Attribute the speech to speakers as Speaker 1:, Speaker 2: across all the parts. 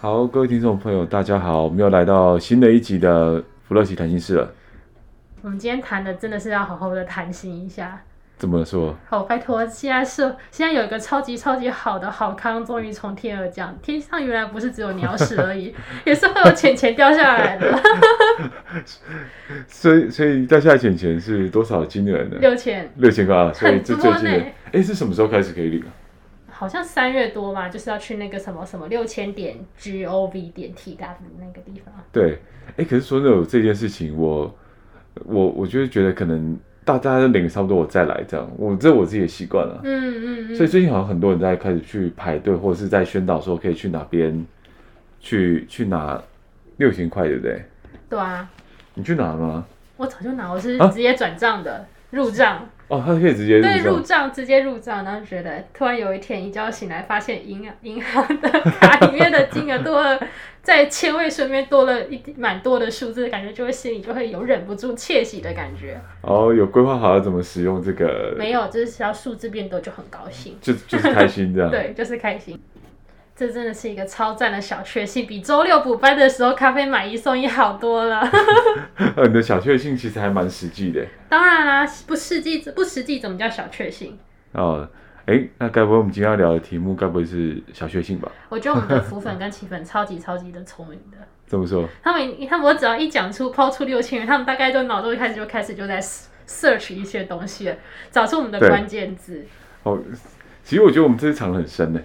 Speaker 1: 好，各位听众朋友，大家好，我们又来到新的一集的弗洛奇谈心室了。
Speaker 2: 我们今天谈的真的是要好好的谈心一下。
Speaker 1: 怎么说？
Speaker 2: 好，拜托，现在是现在有一个超级超级好的好康，终于从天而降。天上原来不是只有鸟屎而已， 也是会有钱钱掉下来的。
Speaker 1: 所以，所以掉下来钱钱是多少金额呢？
Speaker 2: 六千
Speaker 1: 六千块啊！所以这
Speaker 2: 很
Speaker 1: 最
Speaker 2: 多
Speaker 1: 近的，
Speaker 2: 呢
Speaker 1: 哎、是什么时候开始可以领啊？
Speaker 2: 好像三月多嘛，就是要去那个什么什么六千点 G O V 点 T W 那个地方。
Speaker 1: 对，哎、可是说真的，有这件事情我，我，我就是觉得可能大大家都领差不多，我再来这样，我这我自己的习惯了。
Speaker 2: 嗯嗯
Speaker 1: 所以
Speaker 2: 嗯，
Speaker 1: 最近好像很多人在开始去排队，或者是在宣导说可以去哪边去去拿六千块，对不对？
Speaker 2: 对啊，
Speaker 1: 你去拿了吗？
Speaker 2: 我早就拿，我是
Speaker 1: 啊
Speaker 2: 直接转账的。入账，
Speaker 1: 哦，他可以直接入
Speaker 2: 对，
Speaker 1: 账
Speaker 2: 入账直接入账，然后觉得突然有一天一觉醒来，发现银行银行的卡里面的金额多了，在千位顺便多了一滴蛮多的数字，感觉就会心里就会有忍不住窃喜的感觉。
Speaker 1: 哦，有规划好要怎么使用这个，
Speaker 2: 没有，就是只要数字变多就很高兴，
Speaker 1: 就就是开心这样。
Speaker 2: 对，就是开心。这真的是一个超赞的小确幸，比周六补班的时候咖啡买一送一好多了。
Speaker 1: 呃，你的小确幸其实还蛮实际的
Speaker 2: 当然啦、不实际不实际怎么叫小确幸？
Speaker 1: 哦。哎，那该不会我们今天要聊的题目该不会是小确幸吧？
Speaker 2: 我觉得我们的浮粉跟起粉超级超级的聪明的。
Speaker 1: 这么说，
Speaker 2: 他们他们我只要一讲出抛出六千元，他们大概就脑中一开始就开始就在 search 一些东西了，找出我们的
Speaker 1: 对
Speaker 2: 关键字。
Speaker 1: 哦，其实我觉得我们这次藏得很深呢。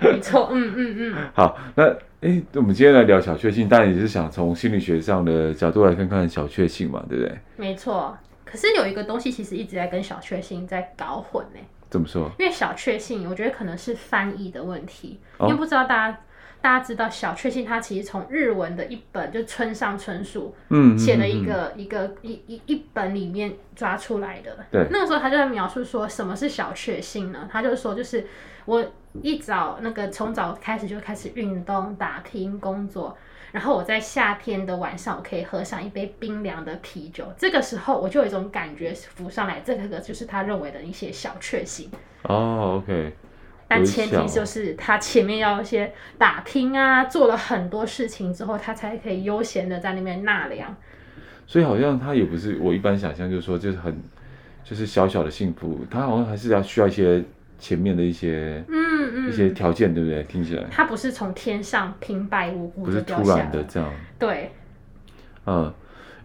Speaker 2: 没错，嗯嗯嗯，
Speaker 1: 好，那哎，我们今天来聊小确幸，当然也是想从心理学上的角度来看看小确幸嘛，对不对？
Speaker 2: 没错。可是有一个东西其实一直在跟小确幸在搞混呢、
Speaker 1: 怎么说？
Speaker 2: 因为小确幸我觉得可能是翻译的问题，
Speaker 1: 哦
Speaker 2: 因为不知道大家。大家知道小确幸，它其实从日文的一本就村上春树
Speaker 1: 嗯，
Speaker 2: 写的
Speaker 1: 嗯
Speaker 2: 一
Speaker 1: 嗯
Speaker 2: 个、一个一一一本里面抓出来的。
Speaker 1: 对
Speaker 2: 那个时候他就在描述说什么是小确幸呢？他就说就是我一早那个从早开始就开始运动、打拼、工作，然后我在夏天的晚上我可以喝上一杯冰凉的啤酒，这个时候我就有一种感觉浮上来，这个就是他认为的一些小确幸。
Speaker 1: 哦，OK，
Speaker 2: 但
Speaker 1: 微
Speaker 2: 前
Speaker 1: 笑
Speaker 2: 提就是他前面要一些打拼啊，做了很多事情之后，他才可以悠闲的在那边纳凉。
Speaker 1: 所以好像他也不是我一般想象，就是说就是很就是小小的幸福，他好像还是要需要一些前面的一些、
Speaker 2: 嗯嗯，
Speaker 1: 一些条件，对不对？听起来
Speaker 2: 它不是从天上平白无故
Speaker 1: 不
Speaker 2: 就是掉
Speaker 1: 突
Speaker 2: 下
Speaker 1: 然
Speaker 2: 来，
Speaker 1: 的这样，
Speaker 2: 对，
Speaker 1: 嗯，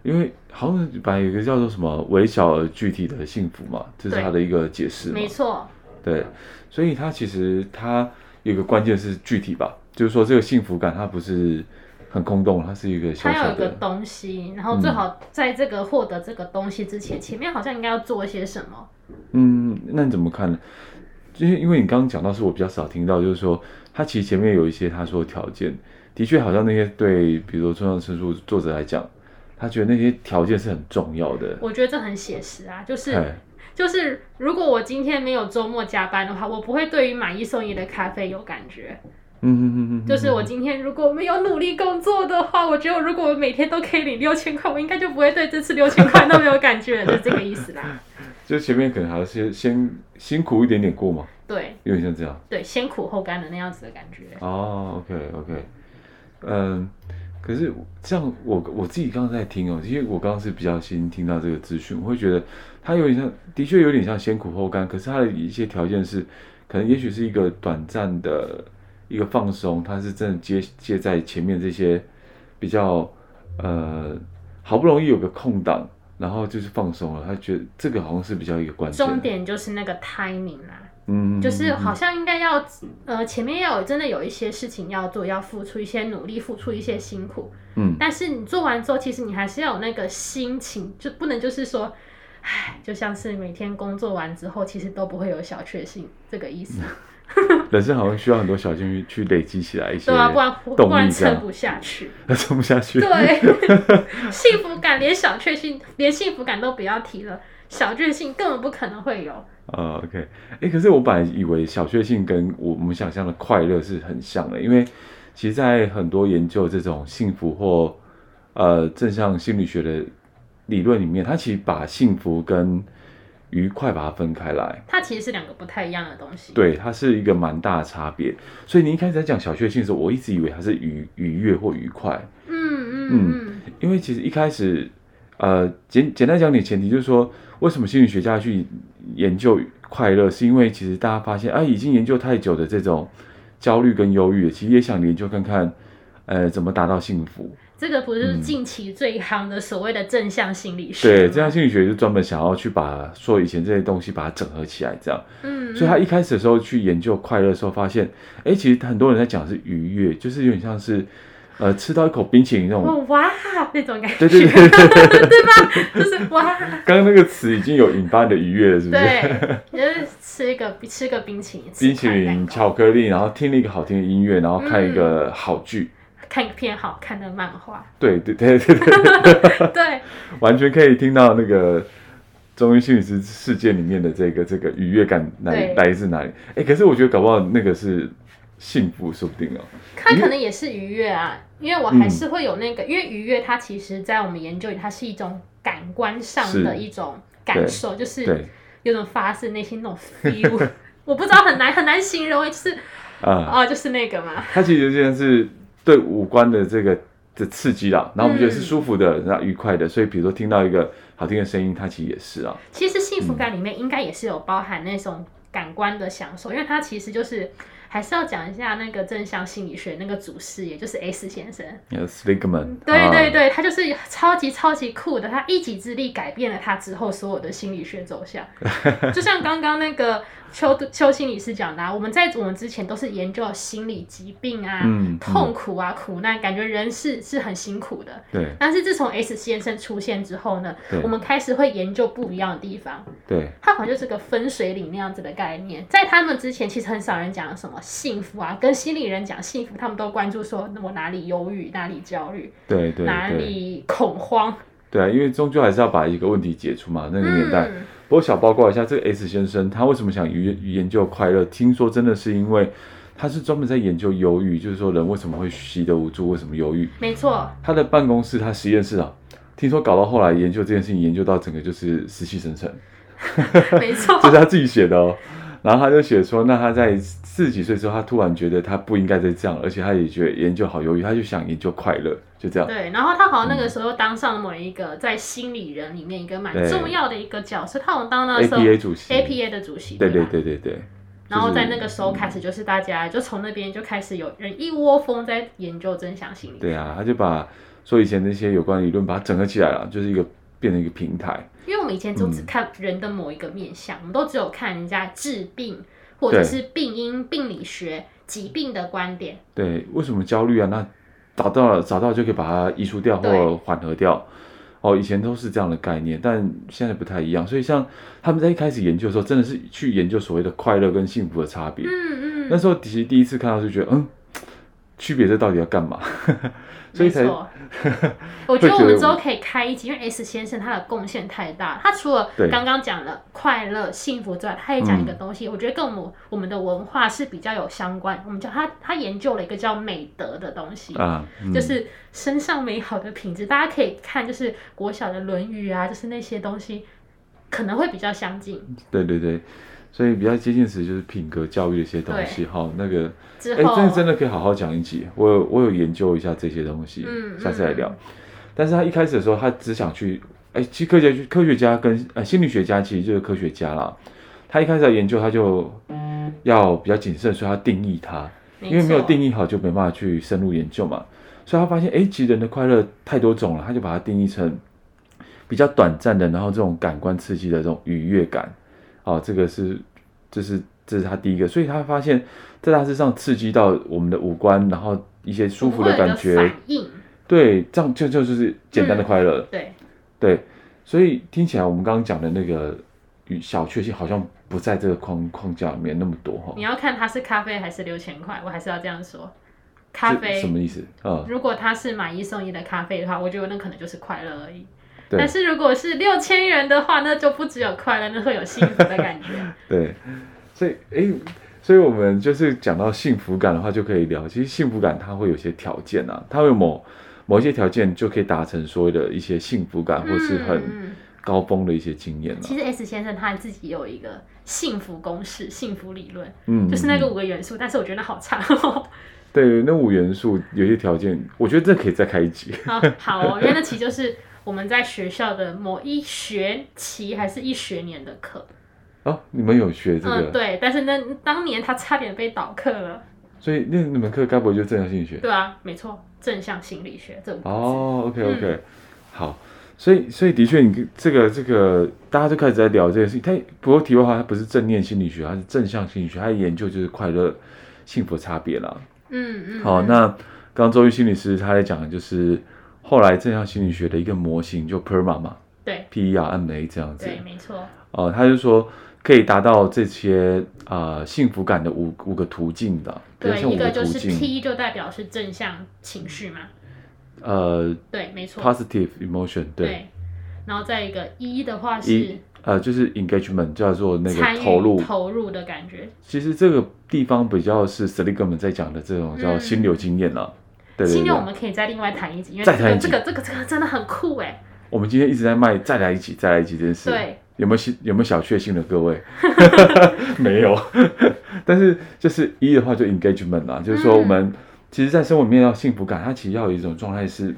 Speaker 1: 因为好像本来有一个叫做什么微小而具体的幸福嘛，这是
Speaker 2: 对
Speaker 1: 他的一个解释嘛
Speaker 2: 没，错，
Speaker 1: 对，所以他其实他有一个关键是具体吧，就是说这个幸福感它不是很空洞，它是一个小
Speaker 2: 它要
Speaker 1: 小
Speaker 2: 有一个
Speaker 1: 的，
Speaker 2: 东西，然后最好在这个获得这个东西之前，前面好像应该要做一些什么。
Speaker 1: 嗯，那你怎么看呢？因为因为你刚刚讲到是我比较少听到，就是说他其实前面有一些他说的条件，的确好像那些对，比如说村上春树作者来讲，他觉得那些条件是很重要的。
Speaker 2: 我觉得这很写实啊，就是
Speaker 1: 哎，
Speaker 2: 就是，如果我今天没有周末加班的话，我不会对于买一送一的咖啡有感觉。
Speaker 1: 嗯嗯嗯嗯，
Speaker 2: 就是我今天如果没有努力工作的话，我觉得如果我每天都可以领六千块，我应该就不会对这次六千块那么有 感觉了，就这个意思啦。
Speaker 1: 就前面可能还是先辛苦一点点过嘛，
Speaker 2: 对
Speaker 1: 有点像这样。
Speaker 2: 对，先苦后甘的那样子的感觉。
Speaker 1: 哦，OK OK，嗯，可是这样我我自己刚刚在听哦，因为我刚刚是比较新听到这个资讯，我会觉得它有点像，的确有点像先苦后甘，可是它的一些条件是，可能也许是一个短暂的一个放松，它是真的接接在前面这些比较呃好不容易有个空档，然后就是放松了，他觉得这个好像是比较一个关键，
Speaker 2: 重点就是那个 timing 啦，
Speaker 1: 嗯，嗯，
Speaker 2: 就是好
Speaker 1: 嗯
Speaker 2: 像应该要呃前面要有真的有一些事情要做，要付出一些努力，付出一些辛苦。
Speaker 1: 嗯
Speaker 2: 但是你做完之后，其实你还是要有那个心情，就不能就是说唉，就像是每天工作完之后，其实都不会有小确幸这个意思，
Speaker 1: 人生好像需要很多小幸运去累积起来一些
Speaker 2: 对啊，不然不
Speaker 1: 动
Speaker 2: 然
Speaker 1: 力，这
Speaker 2: 撑
Speaker 1: 样
Speaker 2: 不下去。
Speaker 1: 撑不下去。
Speaker 2: 对， 幸福感连小确幸，连幸福感都不要提了，小确幸根本不可能会有。
Speaker 1: 啊、o k 哎、可是我本来以为小确幸跟我们想象的快乐是很像的，因为其实，在很多研究这种幸福或呃正向心理学的理论里面，它其实把幸福跟愉快把它分开来，
Speaker 2: 它其实是两个不太一样的东西。，
Speaker 1: 对，它是一个蛮大的差别。所以你一开始在讲小确幸的时候，我一直以为它是愉愉悦或愉快，
Speaker 2: 嗯嗯嗯，
Speaker 1: 因为其实一开始，呃，简简单讲点前提就是说，为什么心理学家去研究快乐，是因为其实大家发现，啊，已经研究太久的这种焦虑跟忧郁，其实也想研究看看，呃，怎么达到幸福。
Speaker 2: 这个不是
Speaker 1: 嗯
Speaker 2: 近期最夯的所谓的正向心理学吗？
Speaker 1: 对，这样心理学就专门想要去把所有以前这些东西把它整合起来，这样。
Speaker 2: 嗯，嗯，
Speaker 1: 所以他一开始的时候去研究快乐的时候，发现，哎，其实很多人在讲的是愉悦，就是有点像是，呃，吃到一口冰淇淋那种。
Speaker 2: 哦哇那种感觉，
Speaker 1: 对对对，
Speaker 2: 就是哇，
Speaker 1: 刚刚那个词已经有引发你的愉悦了，是不是？
Speaker 2: 对，你就是吃一个吃个冰淇淋，吃
Speaker 1: 冰淇淋、
Speaker 2: 块蛋糕
Speaker 1: 巧克力，然后听了一个好听的音乐，然后看一个好剧。
Speaker 2: 看一篇好看的漫画，
Speaker 1: 对对对对对，
Speaker 2: 对，
Speaker 1: 完全可以听到那个中医心理师事件里面的这个这个愉悦感来
Speaker 2: 对
Speaker 1: 来自哪里？哎，可是我觉得搞不好那个是幸福，说不定哦。
Speaker 2: 它可能也是愉悦啊，因为我还是会有那个，因为愉悦它其实，在我们研究里，它是一种感官上的
Speaker 1: 是
Speaker 2: 一种感受，就是
Speaker 1: 对
Speaker 2: 有种发自内心那种 feel，我 不知道很难很难形容，就是
Speaker 1: 啊，
Speaker 2: 啊、就是那个嘛，
Speaker 1: 它其实就像是对五官的这个的刺激啦，然后我们觉得是
Speaker 2: 嗯
Speaker 1: 舒服的，然后愉快的，所以比如说听到一个好听的声音，它其实也是啊。
Speaker 2: 其实幸福感里面应该也是有包含那种感官的享受，因为它其实就是还是要讲一下那个正向心理学那个祖师爷，就是 S 先生。
Speaker 1: 呃 Sligman，
Speaker 2: 对对
Speaker 1: 啊
Speaker 2: 对，他就是超级超级酷的，他一己之力改变了他之后所有的心理学走 向。就像刚刚那个邱邱心理师讲的、啊，我们在我们之前都是研究心理疾病啊、
Speaker 1: 嗯嗯
Speaker 2: 痛苦啊、苦难，感觉人是是很辛苦的。
Speaker 1: 对
Speaker 2: 但是自从 S 先生出现之后呢
Speaker 1: 对，
Speaker 2: 我们开始会研究不一样的地方。
Speaker 1: 对，
Speaker 2: 它好像就是个分水岭那样子的概念。在他们之前，其实很少人讲什么幸福啊，跟心理人讲幸福，他们都关注说我哪里忧郁，哪里焦虑，
Speaker 1: 对对
Speaker 2: 哪
Speaker 1: 对，
Speaker 2: 里恐慌。
Speaker 1: 对啊，因为终究还是要把一个问题解除嘛。那个年代，
Speaker 2: 嗯
Speaker 1: 不过小报告一下，这个 S 先生他为什么想研研究快乐？听说真的是因为他是专门在研究忧郁，就是说人为什么会习得无助，为什么忧郁？
Speaker 2: 没错，
Speaker 1: 他的办公室，他实验室啊，听说搞到后来研究这件事情，研究到整个就是死气沉 沉，
Speaker 2: 没错
Speaker 1: 这，是他自己写的哦。然后他就写说，那他在四十几岁之后，他突然觉得他不应该再这样了，而且他也觉得研究好忧郁，他就想研究快乐，就这样。
Speaker 2: 对。然后他好像那个时候当上了某一个在心理人里面一个蛮
Speaker 1: 对
Speaker 2: 重要的一个角色，他好像当那时候
Speaker 1: APA 主席
Speaker 2: APA 的主席，
Speaker 1: 对对
Speaker 2: 吧。
Speaker 1: 对对对，
Speaker 2: 然后
Speaker 1: 就是
Speaker 2: 在那个时候开始，就是大家就从那边就开始有人一窝蜂在研究真相心理。
Speaker 1: 对啊，他就把所有以前那些有关的理论把它整合起来了，就是一个变成一个平台。
Speaker 2: 因为我们以前都
Speaker 1: 嗯
Speaker 2: 只看人的某一个面相，我们都只有看人家治病或者
Speaker 1: 对
Speaker 2: 是病因、病理学、疾病的观点。
Speaker 1: 对，为什么焦虑啊？那找到了，找到就可以把它移除掉或
Speaker 2: 对
Speaker 1: 缓和掉。哦，以前都是这样的概念，但现在不太一样。所以像他们在一开始研究的时候，真的是去研究所谓的快乐跟幸福的差别。
Speaker 2: 嗯
Speaker 1: 那
Speaker 2: 嗯，
Speaker 1: 时候其实第一次看到就觉得，嗯，区别这到底要干嘛？ 所以
Speaker 2: 没
Speaker 1: 才
Speaker 2: 错。我觉得
Speaker 1: 会
Speaker 2: 我
Speaker 1: 觉
Speaker 2: 们
Speaker 1: 得
Speaker 2: 之后可以开一集，因为 S 先生他的贡献太大，他除了
Speaker 1: 对
Speaker 2: 刚刚讲了快乐、幸福之外，他也讲一个东
Speaker 1: 嗯
Speaker 2: 西，我觉得跟我们我们的文化是比较有相关。我们叫他他研究了一个叫美德的东西。
Speaker 1: 啊，嗯
Speaker 2: 就是身上美好的品质，大家可以看，就是国小的《论语》啊，就是那些东西可能会比较相近。
Speaker 1: 对对对，所以比较接近词就是品格教育的一些东西。好，那个
Speaker 2: 之
Speaker 1: 哎、
Speaker 2: 后，
Speaker 1: 这个真的可以好好讲一集。我有我有研究一下这些东西，
Speaker 2: 嗯
Speaker 1: 下次来聊
Speaker 2: 嗯。
Speaker 1: 但是他一开始的时候，他只想去，哎、其实科学科学家跟呃心理学家其实就是科学家啦。他一开始要研究，他就要比较谨慎，所以他定义它，因为没有定
Speaker 2: 义，
Speaker 1: 义好就没办法去深入研究嘛。所以他发现，哎、其实人的快乐太多种了，他就把它定义成比较短暂的，然后这种感官刺激的这种愉悦感。哦，这个是，这是这是他第一个，所以他发现，在大致上刺激到我们的五官，然后一些舒服的感
Speaker 2: 我会有一
Speaker 1: 觉
Speaker 2: 个，反应，
Speaker 1: 对，这样就就就是简单的快乐了，
Speaker 2: 对，
Speaker 1: 对。所以听起来我们刚刚讲的那个与小确幸好像不在这个框框架里面那么多哈
Speaker 2: 你。要看它是咖啡还是六千块，我还是要这样说。咖
Speaker 1: 是什
Speaker 2: 啡，
Speaker 1: 么意思啊、
Speaker 2: 如果它是买一送一的咖啡的话，我觉得那可能就是快乐而已。
Speaker 1: 对
Speaker 2: 但是如果是六千元的话，那就不只有快乐，那会有幸福的感觉。
Speaker 1: 对，所以诶，所以我们就是讲到幸福感的话，就可以聊。其实幸福感它会有些条件啊，它会有某某一些条件就可以达成所谓的一些幸福感，或是很
Speaker 2: 嗯
Speaker 1: 高峰的一些经验啊了、
Speaker 2: 其实 S 先生他自己有一个幸福公式、幸福理论，
Speaker 1: 嗯，
Speaker 2: 就是那个
Speaker 1: 嗯
Speaker 2: 五个元素，但是我觉得那好长 哦。
Speaker 1: 对那五元素有些条件，我觉得这可以再开一集。
Speaker 2: 好好哦，因为那其实就是我们在学校的某一学期还是一学年的课，
Speaker 1: 哦，你们有学这
Speaker 2: 嗯，
Speaker 1: 个，
Speaker 2: 对。但是那当年他差点被倒课了，
Speaker 1: 所以那你们课该不会就正向心理学？
Speaker 2: 对啊，没错，正向心理学这五个字。
Speaker 1: 哦，OK
Speaker 2: 嗯
Speaker 1: OK，、好，所以所以的确，你这个这个大家就开始在聊这个事情。它不过题外话，它不是正念心理学，它是正向心理学，它研究就是快乐、幸福的差别啦。
Speaker 2: 嗯嗯。
Speaker 1: 好，
Speaker 2: 嗯
Speaker 1: 那刚刚周瑜心理师他在讲的就是后来正向心理学的一个模型，就 PERMA 嘛
Speaker 2: 对
Speaker 1: ，P E R M A 这样子。
Speaker 2: 对，没错，
Speaker 1: 哦，他就说可以达到这些啊、呃幸福感的五五个途径的，比如
Speaker 2: 对，
Speaker 1: 像
Speaker 2: 一
Speaker 1: 五
Speaker 2: 个
Speaker 1: 途
Speaker 2: 就是
Speaker 1: 径，
Speaker 2: T 就代表是正向情绪嘛，
Speaker 1: 呃
Speaker 2: 对，没错，
Speaker 1: ，positive emotion，对
Speaker 2: 对。然后再一个一的话
Speaker 1: 一
Speaker 2: 是
Speaker 1: 呃，就是 engagement 叫做那
Speaker 2: 参
Speaker 1: 个
Speaker 2: 与
Speaker 1: 投入。
Speaker 2: 投入的感觉，
Speaker 1: 其实这个地方比较是 Seligman 在讲的这种叫
Speaker 2: 嗯
Speaker 1: 心流经验了。对对
Speaker 2: 信
Speaker 1: 对
Speaker 2: 任我，们可以再另外谈一集，因为
Speaker 1: 再
Speaker 2: 这
Speaker 1: 谈
Speaker 2: 个
Speaker 1: 一集
Speaker 2: 这个这个这个真的很酷哎。
Speaker 1: 我们今天一直在卖再来一集，再来一集这件事。
Speaker 2: 对，
Speaker 1: 有没有小有没有小确幸的各 位？ 没有，但是就是一的话就 engagement 啦，就是
Speaker 2: 嗯
Speaker 1: 说我们、其实，在生活里面要幸福感，它其实要有一种状态是，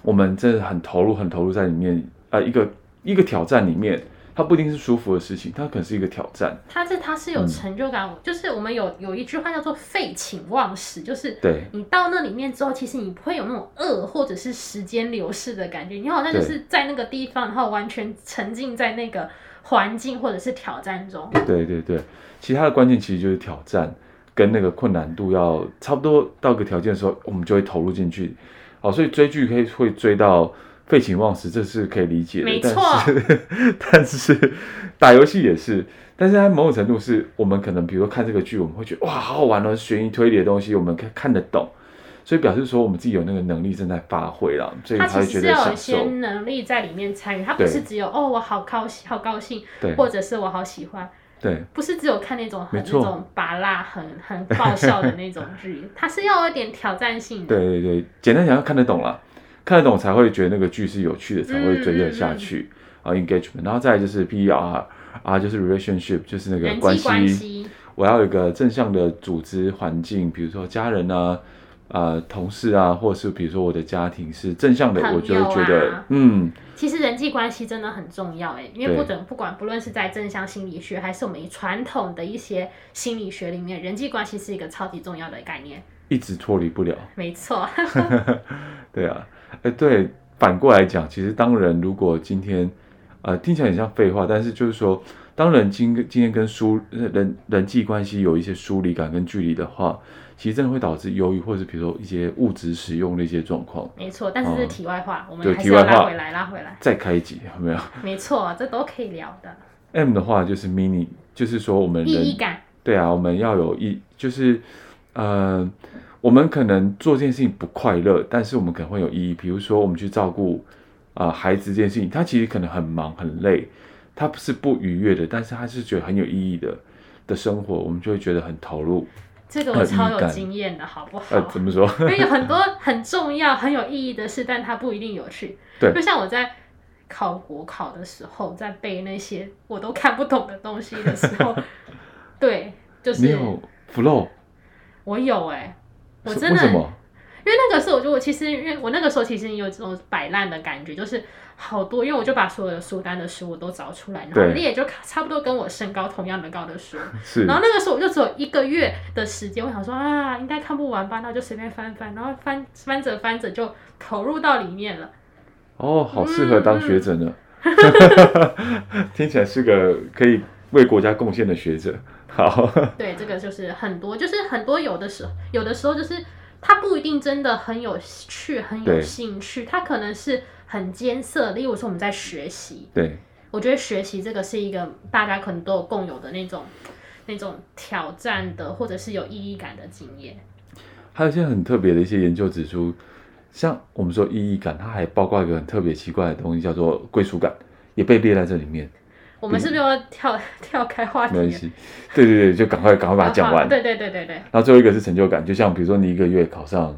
Speaker 1: 我们真的很投入，很投入在里面，呃，一个一个挑战里面，它不一定是舒服的事情，它可能是一个挑战。
Speaker 2: 他这他是有成就感，就是我们有有一句话叫做“废寝忘食”，就是
Speaker 1: 对
Speaker 2: 你到那里面之后，其实你不会有那种饿或者是时间流逝的感觉，你好像
Speaker 1: 对
Speaker 2: 就是在那个地方，然后完全沉浸在那个环境或者是挑战中。
Speaker 1: 对对对，其他的关键其实就是挑战跟那个困难度要差不多到个条件的时候，我们就会投入进去。好，所以追剧可以会追到废寝忘食，这是可以理解的。
Speaker 2: 没
Speaker 1: 但是 但是打游戏也是，但是它某种程度是我们可能比如说看这个剧，我们会觉得哇好好玩哦，悬疑推理的东西我们看看得懂。所以表示说我们自己有那个能力正在发挥了，所以
Speaker 2: 他
Speaker 1: 才
Speaker 2: 其
Speaker 1: 会觉
Speaker 2: 实是
Speaker 1: 得
Speaker 2: 要有
Speaker 1: 享
Speaker 2: 一些
Speaker 1: 受。
Speaker 2: 能力在里面参与，他不是
Speaker 1: 对
Speaker 2: 只有哦我好高兴好高兴，
Speaker 1: 对
Speaker 2: 或者是我好喜欢，
Speaker 1: 对
Speaker 2: 不是只有看那种很
Speaker 1: 没
Speaker 2: 那
Speaker 1: 错
Speaker 2: 种拔辣、很很爆笑的那种剧，它是要有点挑战性的。
Speaker 1: 对对对，简单讲要看得懂啦，看得懂才会觉得那个剧是有趣的，才会追得下
Speaker 2: 嗯
Speaker 1: 去啊、engagement，然后再来就是 PR。啊，就是 relationship，就是那个
Speaker 2: 人
Speaker 1: 关
Speaker 2: 际
Speaker 1: 系，
Speaker 2: 关系，
Speaker 1: 我要有一个正向的组织环境，比如说家人啊、呃同事啊，或是比如说我的家庭是正向的，
Speaker 2: 朋友啊
Speaker 1: 我就会觉得，嗯，
Speaker 2: 其实人际关系真的很重要哎，因为
Speaker 1: 对
Speaker 2: 不准不管不论是在正向心理学，还是我们传统的一些心理学里面，人际关系是一个超级重要的概念。
Speaker 1: 一直脱离不了。
Speaker 2: 没错，
Speaker 1: 对啊，哎，对，反过来讲，其实当人如果今天，呃，听起来很像废话，但是就是说，当人今今天跟疏呃人人际关系有一些疏离感跟距离的话，其实真的会导致忧郁，或者比如说一些物质使用的一些状况。
Speaker 2: 没错，但是这是题外话，我们
Speaker 1: 哦对
Speaker 2: 还是要
Speaker 1: 题外
Speaker 2: 拉
Speaker 1: 话
Speaker 2: 回来，拉回来。
Speaker 1: 再开一集有没有
Speaker 2: 没错，这都可以聊的，
Speaker 1: ？M 的话就是 mini，就是说我们
Speaker 2: 意
Speaker 1: 人
Speaker 2: 义感。
Speaker 1: 对啊，我们要有一就是，呃，我们可能做这件事情不快乐，但是我们可能会有意义。比如说，我们去照顾啊、呃孩子这件事情，他其实可能很忙很累，他不是不愉悦的，但是他是觉得很有意义的的生活，我们就会觉得很投入。
Speaker 2: 这个
Speaker 1: 呃
Speaker 2: 我
Speaker 1: 意义
Speaker 2: 超有
Speaker 1: 感
Speaker 2: 经验的，好不好？
Speaker 1: 呃，怎么说？
Speaker 2: 因为有很多很重要、很有意义的事，但它不一定有趣。
Speaker 1: 对
Speaker 2: 就像我在考国考的时候，在背那些我都看不懂的东西的时 候，对，就
Speaker 1: 你
Speaker 2: 是
Speaker 1: 有 flow？
Speaker 2: 我有哎、欸我
Speaker 1: 是
Speaker 2: 真
Speaker 1: 为
Speaker 2: 的，
Speaker 1: 什
Speaker 2: 因
Speaker 1: 么？
Speaker 2: 为那个时候，我就我其实因为我那个时候其实有这种摆烂的感觉，就是好多，因为我就把所有的书单的书我都找出来，然后
Speaker 1: 对
Speaker 2: 列就差不多跟我身高同样的高的书，
Speaker 1: 是
Speaker 2: 然后那个时候我就只有一个月的时间，我想说啊，应该看不完吧，那我就随便翻翻，然后翻翻着翻着就投入到里面了。
Speaker 1: 哦，好适合当
Speaker 2: 嗯
Speaker 1: 学者呢， 听起来是个可以为国家贡献的学者。好，
Speaker 2: 对，这个就是很多，就是很多有的时候，有的时候就是它不一定真的很有趣、很有
Speaker 1: 对
Speaker 2: 兴趣，它可能是很艰涩。例如说我们在学习，
Speaker 1: 对，
Speaker 2: 我觉得学习这个是一个大家可能都有共有的那种那种挑战的，或者是有意义感的经验。
Speaker 1: 还有一些很特别的一些研究指出，像我们说意义感，它还包括一个很特别奇怪的东西，叫做归属感，也被列在这里面。
Speaker 2: 我们是不是要跳 跳开话题
Speaker 1: 没关
Speaker 2: 了？
Speaker 1: 系，对对对，就赶快赶快把它讲
Speaker 2: 好好
Speaker 1: 完。
Speaker 2: 对对对对对。
Speaker 1: 然后最后一个是成就感，就像比如说你一个月考上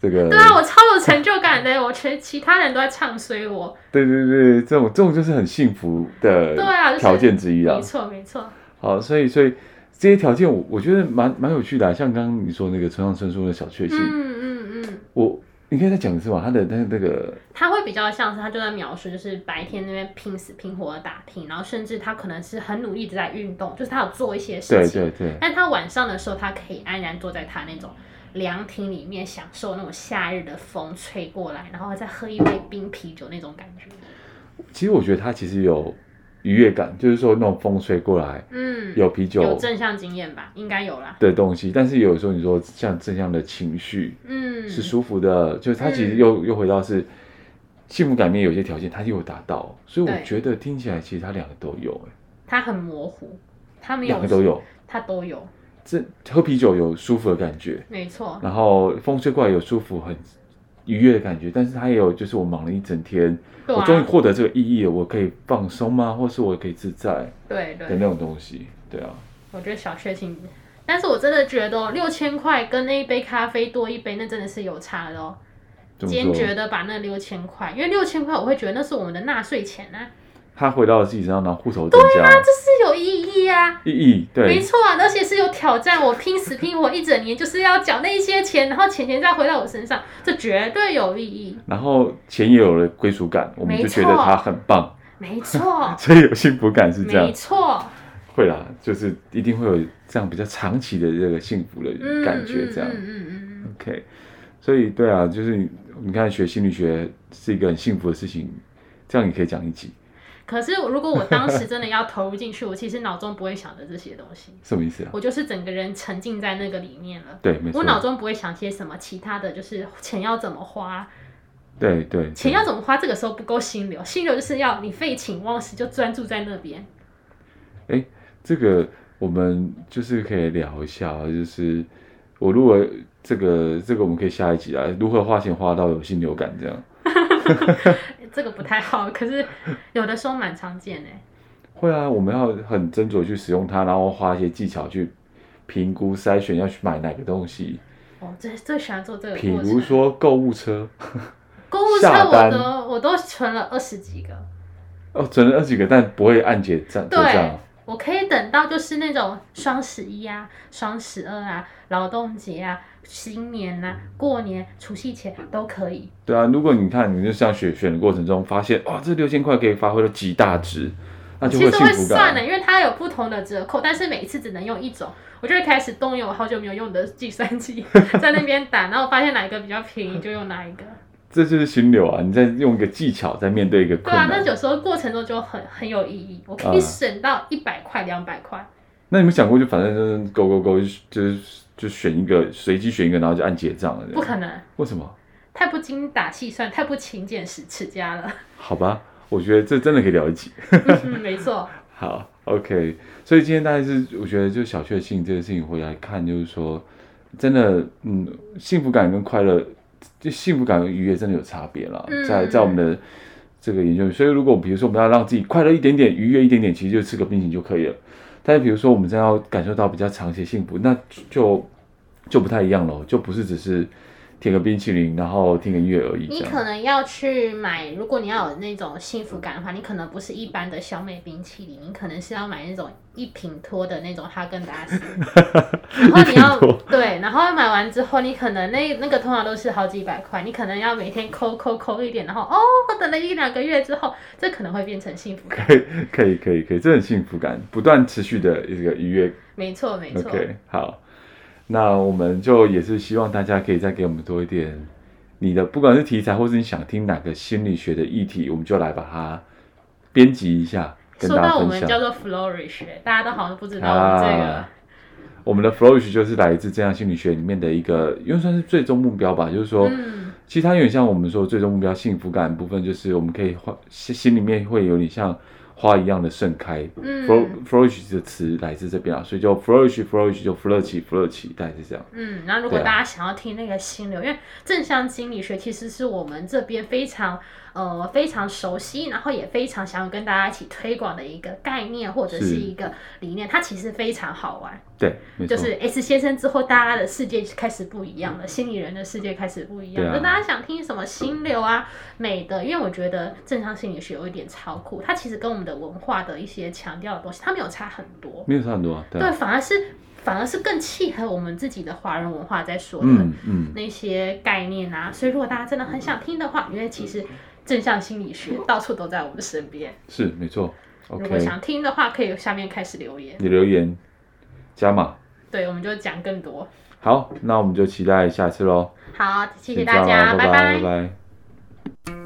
Speaker 1: 这个，
Speaker 2: 对啊，我超有成就感的，我全其他人都在唱衰我。
Speaker 1: 对对对，这种这种就是很幸福的
Speaker 2: 对啊，就是
Speaker 1: 条件之一啊。
Speaker 2: 没错没错，
Speaker 1: 好，所以所以这些条件我我觉得蛮蛮有趣的、啊，像刚刚你说那个村上春树的小确幸，
Speaker 2: 嗯嗯嗯，
Speaker 1: 我你可以再讲一次嘛，他的那那个
Speaker 2: 他会比较像是他就在描述，就是白天那边拼死拼活的打拼，然后甚至他可能是很努力的在运动，就是他有做一些事
Speaker 1: 对
Speaker 2: 情，
Speaker 1: 对对，
Speaker 2: 但他晚上的时候，他可以安然坐在他那种凉亭里面，享受那种夏日的风吹过来，然后再喝一杯冰啤酒那种感觉。
Speaker 1: 其实我觉得他其实有愉悦感，就是说那种风吹过来，
Speaker 2: 嗯，
Speaker 1: 有啤酒
Speaker 2: 有正向经验吧，应该有啦。
Speaker 1: 的东西，但是有时候你说像这样的情绪
Speaker 2: 嗯，
Speaker 1: 是舒服的，就是他其实又、又回到是。幸福感里面有些条件，他又有达到，所以我
Speaker 2: 对
Speaker 1: 觉得听起来其实他两个都有、欸，
Speaker 2: 他很模糊，他没有
Speaker 1: 两个都，有。
Speaker 2: 他都有，
Speaker 1: 这喝啤酒有舒服的感觉，
Speaker 2: 没错。
Speaker 1: 然后风吹过来有舒服、很愉悦的感觉，但是它也有就是我忙了一整天，
Speaker 2: 对
Speaker 1: 我终于
Speaker 2: 啊，
Speaker 1: 获得这个意义了，我可以放松吗？或是我可以自在
Speaker 2: 对
Speaker 1: 的
Speaker 2: 对
Speaker 1: 那，种东西？对啊，
Speaker 2: 我觉得小确幸。但是我真的觉得哦六千块跟那一杯咖啡多一杯，那真的是有差的哦。
Speaker 1: 怎么
Speaker 2: 坚
Speaker 1: 说？
Speaker 2: 决的把那六千块，因为六千块我会觉得那是我们的纳税钱啊，
Speaker 1: 他回到自己身上，然后户头增加、
Speaker 2: 这是有意义啊。
Speaker 1: 意义，
Speaker 2: 没
Speaker 1: 对
Speaker 2: 错啊，而且是有挑战，我拼死拼活一整年就是要缴那一些钱，然后钱钱再回到我身上，这绝对有 意义。
Speaker 1: 然后钱也有了归属感，我们就觉得他很棒，，
Speaker 2: 没错
Speaker 1: 所以有幸福感是这
Speaker 2: 没
Speaker 1: 样，
Speaker 2: 错，
Speaker 1: 会啦，就是一定会有这样比较长期的这个幸福的
Speaker 2: 嗯，
Speaker 1: 感觉，这样。
Speaker 2: 嗯嗯嗯嗯
Speaker 1: OK，所以对啊，就是你你看学心理学是一个很幸福的事情，这样你可以讲一集，
Speaker 2: 嗯。可是如果我当时真的要投入进去，我其实脑中不会想着这些东西，
Speaker 1: 什么意思啊？
Speaker 2: 我就是整个人沉浸在那个里面了。
Speaker 1: 对，没错
Speaker 2: 我，脑中不会想些什么其他的，就是钱要怎么花，
Speaker 1: 对对，
Speaker 2: 钱
Speaker 1: 对
Speaker 2: 要怎么花，这个时候不够心流，心流就是要你废寝忘食，就专注在那边。
Speaker 1: 这个我们就是可以聊一下啊，就是我如果这个这个我们可以下一集啊，如何花钱花到有心流感这样，
Speaker 2: 哎这个不太好，可是有的时候蛮常见的。
Speaker 1: 会啊，我们要很斟酌去使用它，然后花一些技巧去评估筛选要去买哪个东西，
Speaker 2: 我哦最最喜欢做这个
Speaker 1: 比
Speaker 2: 过程。
Speaker 1: 如说购物车，
Speaker 2: 购物车，
Speaker 1: 下
Speaker 2: 我
Speaker 1: 单
Speaker 2: 都我都存了二十几个，
Speaker 1: 哦，存了二十几个，但不会按结账结账
Speaker 2: 对。，我可以等到就是那种双十一啊、双十二啊、劳动节啊、新年啊、过年、除夕前都可以。
Speaker 1: 对啊，如果你看你就像选选的过程中发现，哇，这六千块可以发挥到极大值，那就会
Speaker 2: 其
Speaker 1: 有
Speaker 2: 实
Speaker 1: 幸
Speaker 2: 会
Speaker 1: 福
Speaker 2: 算欸
Speaker 1: 感
Speaker 2: 的，。因为它有不同的折扣，但是每一次只能用一种。我就会开始动用我好久没有用的计算机， 在那边打，然后发现哪一个比较便宜就用哪一个。
Speaker 1: 这就是心流啊！你在用一个技巧在面对一个
Speaker 2: 对
Speaker 1: 困
Speaker 2: 啊，
Speaker 1: 难。
Speaker 2: 那有时候过程中就很很有意义，我可以
Speaker 1: 啊
Speaker 2: 省到一百块、两百块。
Speaker 1: 那你们想过就反正就是勾勾勾，就是就选一个随机选一个，然后就按结账了。这
Speaker 2: 不
Speaker 1: 样
Speaker 2: 可能，
Speaker 1: 为什么？
Speaker 2: 太不精打细算，太不勤俭持持家 了。
Speaker 1: 好吧，我觉得这真的可以聊一集。
Speaker 2: 嗯，没错，
Speaker 1: 好，OK。所以今天大概是我觉得就小确幸这个事情回来看，就是说真的，嗯，幸福感跟快乐，就幸福感跟愉悦真的有差别啦，
Speaker 2: 嗯
Speaker 1: 在在我们的这个研究里，所以如果比如说我们要让自己快乐一点点、愉悦一点点，其实就吃个冰淇淋就可以了。但是比如说我们真要感受到比较长期的幸福，那就就不太一样了，就不是只是舔个冰淇淋，然后听个音乐而已。这
Speaker 2: 你
Speaker 1: 样。
Speaker 2: 可能要去买，如果你要有那种幸福感的话，你可能不是一般的小美冰淇淋，你可能是要买那种一品脱的那种哈根达 斯。然后你要
Speaker 1: 一品脱
Speaker 2: 对，然后买完之后，你可能那那个通常都是好几百块，你可能要每天抠抠抠一点，然后哦，我等了一两个月之后，这可能会变成幸福感。
Speaker 1: 可以可以可以可以，这很幸福感，不断持续的一个愉悦
Speaker 2: 没错，没错。
Speaker 1: OK，好，那我们就也是希望大家可以再给我们多一点你的，不管是题材或是你想听哪个心理学的议题，我们就来把它编辑一下，跟
Speaker 2: 说
Speaker 1: 大家
Speaker 2: 到我
Speaker 1: 分
Speaker 2: 们叫
Speaker 1: 享。
Speaker 2: 做 flourish，大家都好像不知道我们这个。
Speaker 1: 啊我们的 flourish 就是来自这样心理学里面的一个，因为算是最终目标吧，就是说
Speaker 2: 嗯，
Speaker 1: 其实它有点像我们说最终目标幸福感的部分，就是我们可以花心心里面会有点像花一样的盛开。flo
Speaker 2: 嗯
Speaker 1: flourish 的词来自这边啊，所以就 flourish flourish 就 flourish flourish，大概是这样。
Speaker 2: 嗯，然后如果
Speaker 1: 对啊
Speaker 2: 大家想要听那个心流，因为正向心理学其实是我们这边非常呃非常熟悉，然后也非常想要跟大家一起推广的一个概念或者
Speaker 1: 是
Speaker 2: 是一个理念，它其实非常好玩。
Speaker 1: 对，没错，
Speaker 2: 就是 S 先生之后，大家的世界开始不一样了，心理人的世界开始不一样了。
Speaker 1: 对啊
Speaker 2: 那大家想听什么心流啊、美的？因为我觉得正常心理学有一点超酷，它其实跟我们的文化的一些强调的东西，它没有差很多，
Speaker 1: 没有差很多啊。对
Speaker 2: 对，
Speaker 1: 啊，
Speaker 2: 反而是反而是更契合我们自己的华人文化在说的。
Speaker 1: 嗯嗯，
Speaker 2: 那些概念啊，所以如果大家真的很想听的话，因为其实正向心理学到处都在我们身边。
Speaker 1: 是没错。
Speaker 2: 如果
Speaker 1: OK，
Speaker 2: 想听的话，可以下面开始留言，
Speaker 1: 你留言加码。
Speaker 2: 对，我们就讲更多。
Speaker 1: 好，那我们就期待下次喽。
Speaker 2: 好，谢谢
Speaker 1: 先这样
Speaker 2: 大家，
Speaker 1: 咯
Speaker 2: 拜
Speaker 1: 拜拜拜。